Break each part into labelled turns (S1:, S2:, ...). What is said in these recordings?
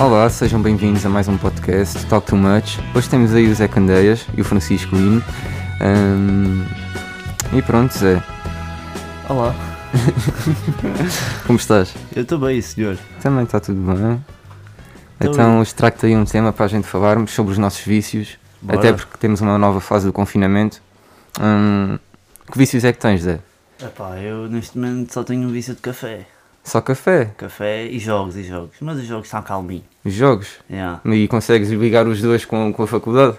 S1: Olá, sejam bem-vindos a mais um podcast Talk Too Much. Hoje temos aí o Zé Candeias e o Francisco Lino. Ahm, e pronto, Zé,
S2: Olá,
S1: como estás?
S2: eu estou bem, senhor.
S1: Também está tudo bem.
S2: Tô
S1: Então,
S2: bem.
S1: hoje trago-te aí um tema para a gente falarmos sobre os nossos vícios,
S2: Bora.
S1: até porque temos uma nova fase do confinamento. Ahm, que vícios é que tens, Zé?
S2: Epá, eu neste momento só tenho um vício de café.
S1: Só café?
S2: Café e jogos e jogos. Mas os jogos estão calminho.
S1: Jogos?
S2: Yeah.
S1: E consegues ligar os dois com, com a faculdade?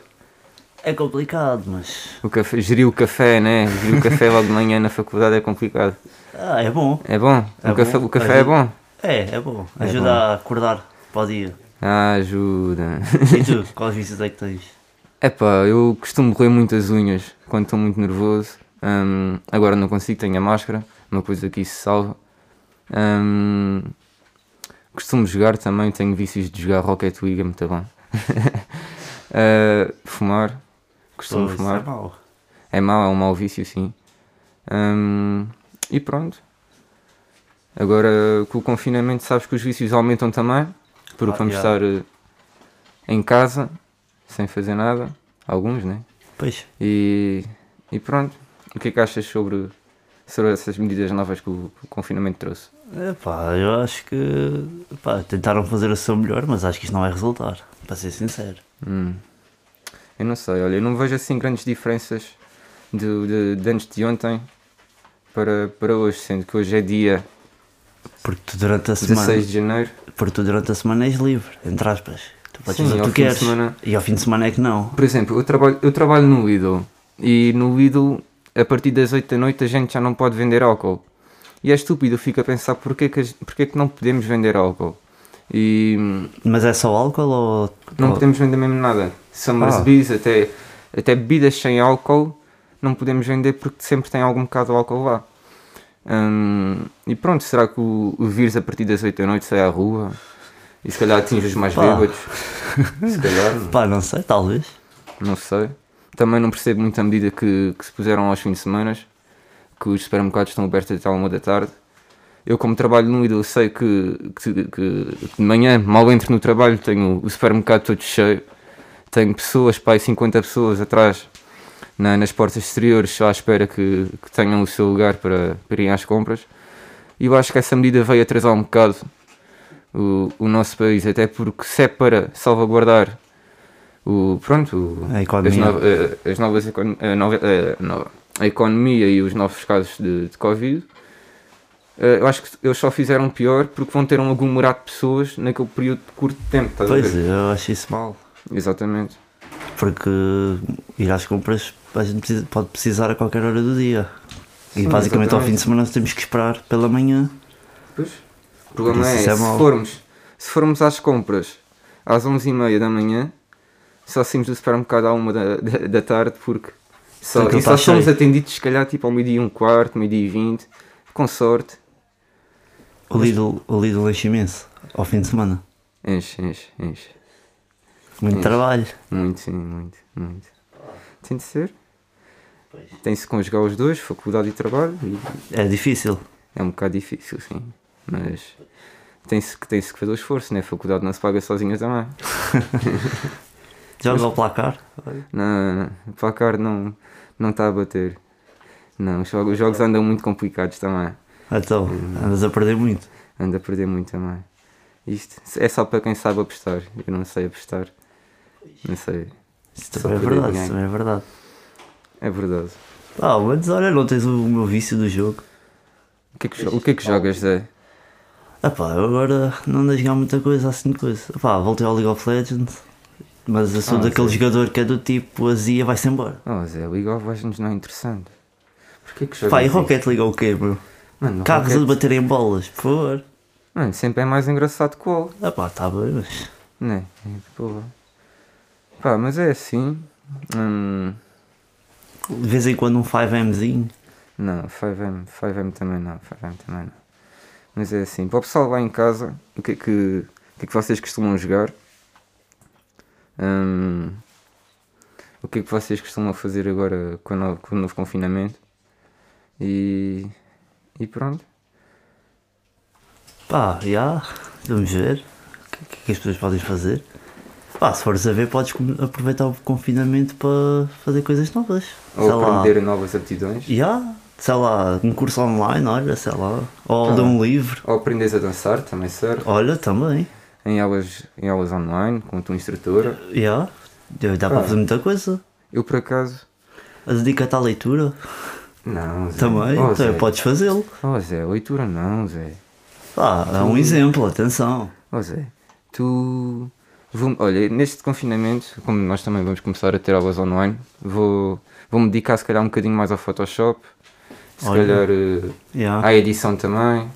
S2: É complicado, mas.
S1: O café, gerir o café, né? Gerir o café logo de manhã na faculdade é complicado.
S2: Ah, é bom.
S1: É bom?
S2: É
S1: o café,
S2: bom.
S1: O café é bom?
S2: É, é bom. Ajuda a acordar para o dia.
S1: Ah, ajuda.
S2: E tu, quais vícios é que tens?
S1: Epá, eu costumo roer muito as unhas quando estou muito nervoso. Ahm, agora não consigo, tenho a máscara, uma coisa que isso salva. Ahm, costumo jogar também, tenho vícios de jogar Rocket League, é muito bom. Ah, fumar, costumo
S2: Pois,
S1: fumar.
S2: é mau.
S1: É mau, é um mau vício, sim. Hum, e pronto. Agora, com o confinamento, sabes que os vícios aumentam também, porque
S2: Ah,
S1: vamos
S2: yeah.
S1: estar eh, em casa, sem fazer nada. Alguns, né?
S2: Pois.
S1: E, e pronto. O que é que achas sobre, sobre essas medidas novas que o, que o confinamento trouxe?
S2: Epá, eu acho que. Epá, tentaram fazer o seu melhor, mas acho que isto não vai resultar. Para ser sincero.
S1: Hum. Eu não sei, olha, eu não vejo assim grandes diferenças de, de, de antes de ontem para, para hoje, sendo que hoje é dia
S2: Porque tu durante a semana.
S1: 16 de janeiro.
S2: Porque tu durante a semana és livre, entre aspas. Tu podes
S1: Sim,
S2: fazer o
S1: ao
S2: que tu
S1: fim de
S2: queres.
S1: semana-
S2: E ao fim de semana é que não.
S1: Por exemplo, eu trabalho, eu trabalho no Lidl e no Lidl, a partir das 8 da noite, a gente já não pode vender álcool. E é estúpido, eu fico a pensar porquê que, as- porquê que não podemos vender álcool. E hum,
S2: Mas é só álcool ou.
S1: não
S2: ou-
S1: podemos vender mesmo nada.
S2: Ah.
S1: Summersbees, até, até bebidas sem álcool, não podemos vender porque sempre tem algum bocado de álcool lá. Hum, e pronto, será que o, o vírus a partir das 8 da noite sai à rua? E se calhar atinge os mais
S2: Pá.
S1: bêbados? se calhar, não.
S2: Pá, não sei, talvez.
S1: Não sei. Também não percebo muito a medida que, que se puseram aos fins de semana, que os supermercados estão abertos até à uma da tarde. Eu, como trabalho no Lidl, sei que, que, que- que de manhã, mal entro no trabalho, tenho o supermercado todo cheio. Tenho pessoas, pai, 50 pessoas atrás na- nas portas exteriores, só à espera que, que tenham o seu lugar para, para irem às compras. E eu acho que essa medida veio atrasar um bocado o, o nosso país, até porque se é para salvaguardar o, pronto, o-
S2: A economia.
S1: as, no- eh, as novas econ- eh, nova- eh, nova- a economia e os novos casos de, de Covid. eh, Eu acho que eles só fizeram pior porque vão ter um aglomerado de pessoas naquele período de curto tempo, estás a
S2: Pois, é.
S1: ver?
S2: eu acho isso mal.
S1: Exatamente.
S2: Porque ir às compras a gente precisa- pode precisar a qualquer hora do dia. E
S1: Sim,
S2: basicamente ao fim
S1: exatamente.
S2: de semana temos que esperar pela manhã.
S1: Pois. O problema é,
S2: Isso é
S1: se,
S2: mau.
S1: formos, se formos às compras às 11h30 da manhã, só saímos do supermercado à 1 da, da, da tarde porque só,
S2: Porque
S1: e
S2: ele
S1: só
S2: tá cheio.
S1: somos atendidos se calhar tipo ao meio-dia e um quarto, meio-dia e vinte, com sorte.
S2: O Lidl, o Lidl enche imenso ao fim de semana.
S1: Enche, enche, enche.
S2: Muito trabalho.
S1: Muito, sim, muito, muito. Tem de ser. Tem de se conjugar os dois, faculdade e trabalho, e
S2: É difícil.
S1: é um bocado difícil, sim. Mas tem-se que, tem que fazer o esforço, né? A faculdade não se paga sozinha também.
S2: Joga ao placar.
S1: Não, não, não. o placar não não está a bater. Não, os jogos, os jogos andam muito complicados também.
S2: Então,
S1: Hum.
S2: andas a perder muito.
S1: Anda a perder muito também. Isto é só para quem sabe apostar. Eu não sei apostar. Não sei.
S2: Isso
S1: Só
S2: também é
S1: perder
S2: verdade,
S1: dinheiro.
S2: isso também é verdade.
S1: É verdade.
S2: Ah, mas olha, não tens o meu vício do jogo.
S1: O que é que, jo- o que, é que jogas, Zé?
S2: Ah pá, eu agora não ando a jogar muita coisa assim de coisa. Ah pá, voltei ao League of Legends, mas eu sou
S1: Ah,
S2: daquele jogador que é do tipo azia, vai-se embora.
S1: Oh, Zé, League of Legends não é interessante. Porquê que jogas
S2: Pá, e
S1: isso?
S2: Rocket League é o quê, meu?
S1: Mano,
S2: Carros
S1: Rocket-
S2: a baterem bolas, por favor.
S1: Mano, sempre é mais engraçado que o LoL.
S2: Ah pá, tá bem, mas.
S1: Né? Pô. Pá, mas é assim. Hum,
S2: De vez em quando um 5Mzinho.
S1: Não, 5M, 5M também não, 5M também não. Mas é assim, para o pessoal lá em casa, o que é que, o que, é que vocês costumam jogar? Hum, o que é que vocês costumam fazer agora com, o no- com o novo confinamento? E, e pronto.
S2: Pá, já, vamos ver. O que O que é que as pessoas podem fazer? Pá, se fores a ver, podes com- aproveitar o confinamento para fazer coisas novas.
S1: Ou
S2: sei lá.
S1: aprender novas aptidões.
S2: Yeah, sei lá, um curso online, olha, sei lá. Ou
S1: Tá
S2: ler um
S1: bem.
S2: livro.
S1: Ou aprendes a dançar, também serve.
S2: Olha, também.
S1: Em aulas, em aulas online, com a tua instrutora.
S2: Yeah. Dá
S1: Ah.
S2: para fazer muita coisa.
S1: Eu por acaso.
S2: A dedica-te à leitura
S1: Não, Zé.
S2: também. Então
S1: Oh,
S2: também
S1: Zé.
S2: podes fazê-lo.
S1: Oh, Zé, leitura não, Zé.
S2: Ah, é um exemplo, atenção.
S1: Ó Zé, tu. vou- olha, neste confinamento, como nós também vamos começar a ter aulas online, vou, vou me dedicar se calhar um bocadinho mais ao Photoshop, se
S2: Olha. Ah.
S1: calhar eh,
S2: Yeah.
S1: à edição também.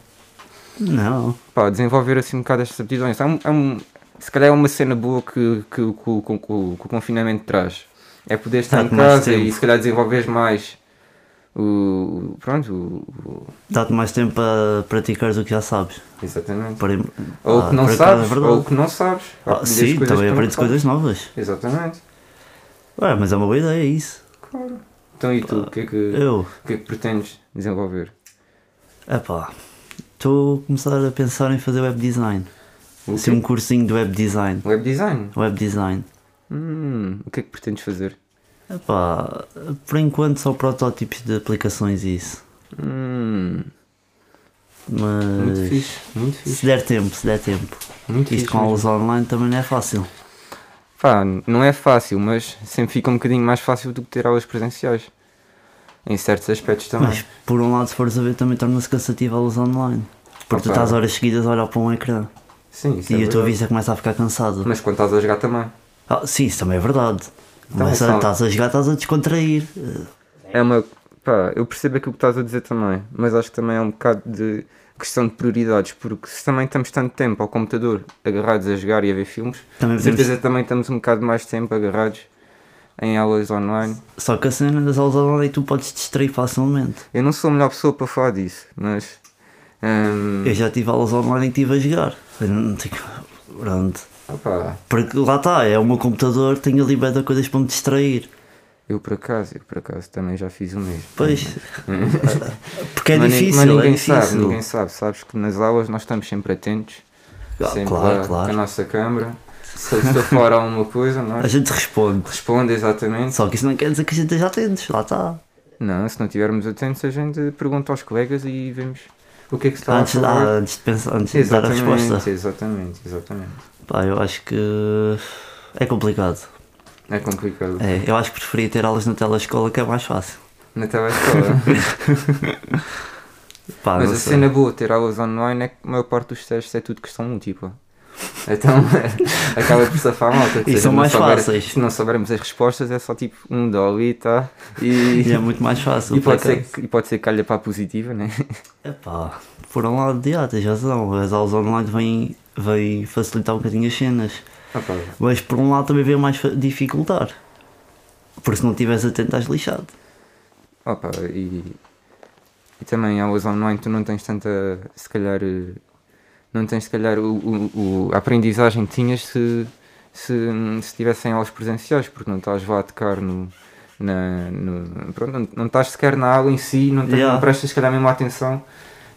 S2: Não.
S1: Pá, desenvolver assim um bocado estas aptidões. Há um- há um- se calhar é uma cena boa que, que, o- que o- que o- que o- que o confinamento traz. É poder estar em
S2: Dá-te mais
S1: casa e
S2: tempo.
S1: se calhar desenvolveres mais o. o- Pronto, o- o-
S2: Dá-te mais tempo para praticar o que já sabes.
S1: exatamente.
S2: Para-
S1: Ou o
S2: Ah,
S1: que não
S2: por acaso é
S1: sabes,
S2: verdade.
S1: ou o que não sabes.
S2: Ah,
S1: Aprendes
S2: sim,
S1: coisas
S2: também
S1: que não
S2: aprendes
S1: sabes.
S2: coisas novas.
S1: Exatamente.
S2: Ué, mas é uma boa ideia isso.
S1: Claro. Então e tu, o que é que,
S2: Eu,
S1: o que, é que pretendes desenvolver?
S2: epá, estou a começar a pensar em fazer web design.
S1: O
S2: Assim, um cursinho de web design.
S1: Web design?
S2: Web design.
S1: Hum, o que é que pretendes fazer?
S2: Epá, por enquanto só protótipos de aplicações e isso.
S1: Hum, muito
S2: Mas
S1: fixe, muito fixe,
S2: se der tempo, se der tempo.
S1: muito fixe.
S2: Isto com
S1: mesmo.
S2: aulas online também não é fácil.
S1: Pá, não é fácil, mas sempre fica um bocadinho mais fácil do que ter aulas presenciais. Em certos aspectos também.
S2: Mas por um lado, se fores a ver, também torna-se cansativo aulas online. Porque tu
S1: Opa.
S2: estás horas seguidas a olhar para um ecrã
S1: Sim, isso é
S2: e a tua
S1: verdade.
S2: vista começa a ficar cansada.
S1: Mas quando estás a jogar também.
S2: Ah, sim, isso também é verdade.
S1: Então,
S2: Mas
S1: então-
S2: estás a jogar, estás a descontrair.
S1: É uma. Pá, eu percebo aquilo que estás a dizer também, mas acho que também é um bocado de questão de prioridades, porque se também estamos tanto tempo ao computador agarrados a jogar e a ver filmes,
S2: Também
S1: de
S2: podemos-
S1: certeza também estamos um bocado mais tempo agarrados em aulas online.
S2: Só que a cena das aulas online tu podes te distrair facilmente.
S1: Eu não sou a melhor pessoa para falar disso, mas. hum,
S2: Eu já tive aulas online e estive a jogar. Eu não tenho- Pronto.
S1: opá,
S2: Porque lá está, é o meu computador, tenho ali bué de coisas para me distrair.
S1: eu por acaso, eu por acaso também já fiz o mesmo.
S2: Pois. Porque é
S1: mas, ni- mas
S2: difícil,
S1: ninguém
S2: é difícil.
S1: sabe, ninguém sabe. Sabes que nas aulas nós estamos sempre atentos,
S2: Ah,
S1: sempre
S2: claro,
S1: lá
S2: claro.
S1: com a nossa câmara. Se eu estou a falar alguma coisa, nós
S2: A gente responde.
S1: Responde, exatamente.
S2: Só que isso não quer dizer que a gente esteja atentos, lá está.
S1: Não, se não tivermos atentos, a gente pergunta aos colegas e vemos o que é que se está
S2: Antes,
S1: a
S2: de- ah,
S1: falar.
S2: antes de pensar, antes de dar a
S1: exatamente,
S2: resposta.
S1: exatamente, exatamente.
S2: Pá, eu acho que é complicado.
S1: É complicado.
S2: É, eu acho que preferia ter aulas na telescola que é mais fácil.
S1: Na telescola.
S2: Pá,
S1: Mas
S2: Ah, não
S1: a
S2: sei.
S1: cena boa de ter aulas online é que a maior parte dos testes é tudo questão múltipla. Então acaba por safar a malta. que
S2: E
S1: se
S2: são
S1: não
S2: mais
S1: souber-
S2: fáceis.
S1: Se não soubermos as respostas é só tipo um dólar tá? E,
S2: E é muito mais fácil.
S1: e pode
S2: por acaso.
S1: ser, que- e pode ser que calha para a positiva, né?
S2: Epá, por um lado, já, tens razão. As aulas online vêm, vêm facilitar um bocadinho as cenas.
S1: Ah, pá.
S2: Mas por um lado também vêm mais fa- dificultar. Porque se não estiveres atento, estás lixado.
S1: Opa, e, e também aulas online tu não tens tanta, se calhar, eh, não tens se calhar o, o- o- a aprendizagem que tinhas se, se, se tivessem aulas presenciais, porque não estás lá a tocar no, na, no- pronto, não, não estás sequer na aula em si, não, tens,
S2: Yeah.
S1: não prestas se calhar a mesma atenção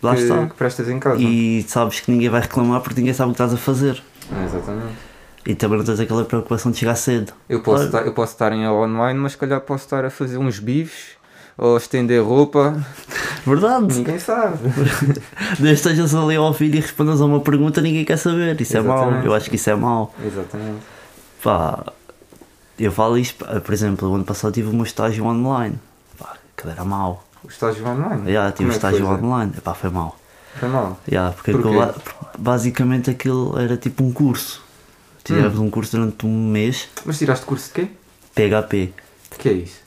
S2: Lá
S1: que, é?
S2: está.
S1: que prestas em casa.
S2: E sabes que ninguém vai reclamar porque ninguém sabe o que estás a fazer.
S1: É, Exatamente.
S2: E também não tens aquela preocupação de chegar cedo.
S1: Eu posso,
S2: Olha.
S1: estar, eu posso estar em aula online, mas se calhar posso estar a fazer uns bifes ou a estender roupa,
S2: Verdade!
S1: ninguém sabe.
S2: Desde que estejas ali a ouvir e respondas a uma pergunta, ninguém quer saber. Isso é mau.
S1: Exatamente.
S2: Eu acho que isso é mau.
S1: Exatamente.
S2: Pá, eu falo isto. pá, Por exemplo, o ano passado tive o meu estágio online. Pá, que era mau.
S1: O estágio online.
S2: Já, tive
S1: Como é que
S2: estágio
S1: foi, Zé?
S2: online. Epá, foi mal.
S1: Foi mal.
S2: Já, porque
S1: Porquê?
S2: aquilo lá- porque basicamente aquilo era tipo um curso. Tivemos
S1: Hum.
S2: um curso durante um mês,
S1: Mas tiraste curso de quê?
S2: PHP.
S1: De que é isso?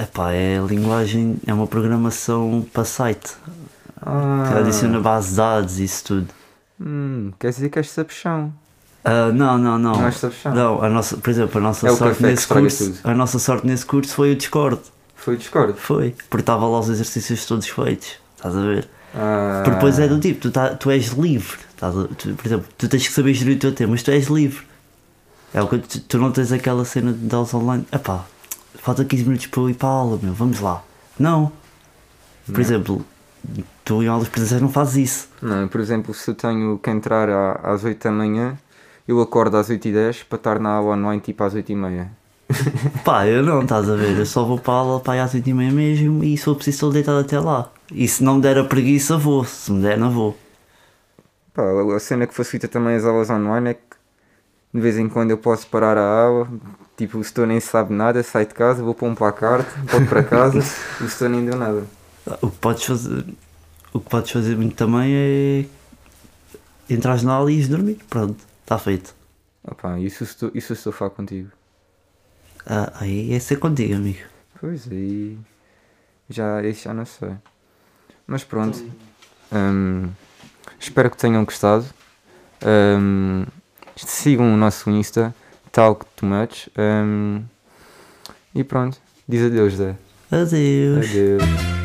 S2: Epá, é linguagem, é uma programação para site. Que
S1: Ah,
S2: adiciona base de dados e isso tudo.
S1: hum, quer dizer que és sabichão.
S2: Ah, não, não, não.
S1: Não és sabichão.
S2: Não, a nossa, por exemplo, a nossa
S1: É o
S2: sorte
S1: café que
S2: nesse
S1: estraga
S2: curso.
S1: tudo.
S2: A nossa sorte nesse curso foi o Discord.
S1: Foi o Discord.
S2: Foi. Porque estava lá os exercícios todos feitos. Estás a ver?
S1: Ah,
S2: Porque depois é do tipo, tu, tá- tu és livre. Estás a- tu- por exemplo, tu tens que saber gerir o teu tempo, mas tu és livre. É o que tu, tu não tens aquela cena de aulas online. Epá, falta 15 minutos para eu ir para a aula, meu, vamos lá. Não. Por exemplo, tu em aulas presenciais não fazes isso.
S1: Não, por exemplo, se eu tenho que entrar à- às 8 da manhã, Eu acordo às 8h10 para estar na aula online tipo às 8h30.
S2: Pá, eu não, estás a ver? Eu só vou para a aula para aí às 8h30 mesmo e se for preciso estou deitado até lá. E se não me der a preguiça, vou. Se me der, não vou.
S1: Pá, a cena que facilita também as aulas online é que de vez em quando eu posso parar a aula, tipo, o setor nem sabe nada, sai de casa, vou para um placarte, volto para casa, o setor nem deu nada.
S2: O que podes fazer, o que podes fazer muito também é entras na aula e ires dormir. Pronto, está feito.
S1: Opá, isso estou, isso estou fá contigo.
S2: Ah, aí é ser contigo, amigo.
S1: Pois aí. Já, isso já não sei. Mas pronto. Hum, espero que tenham gostado. Hum, sigam o nosso Insta, Talk Too Much. hum, e pronto. Diz adeus, Zé.
S2: Adeus.
S1: Adeus.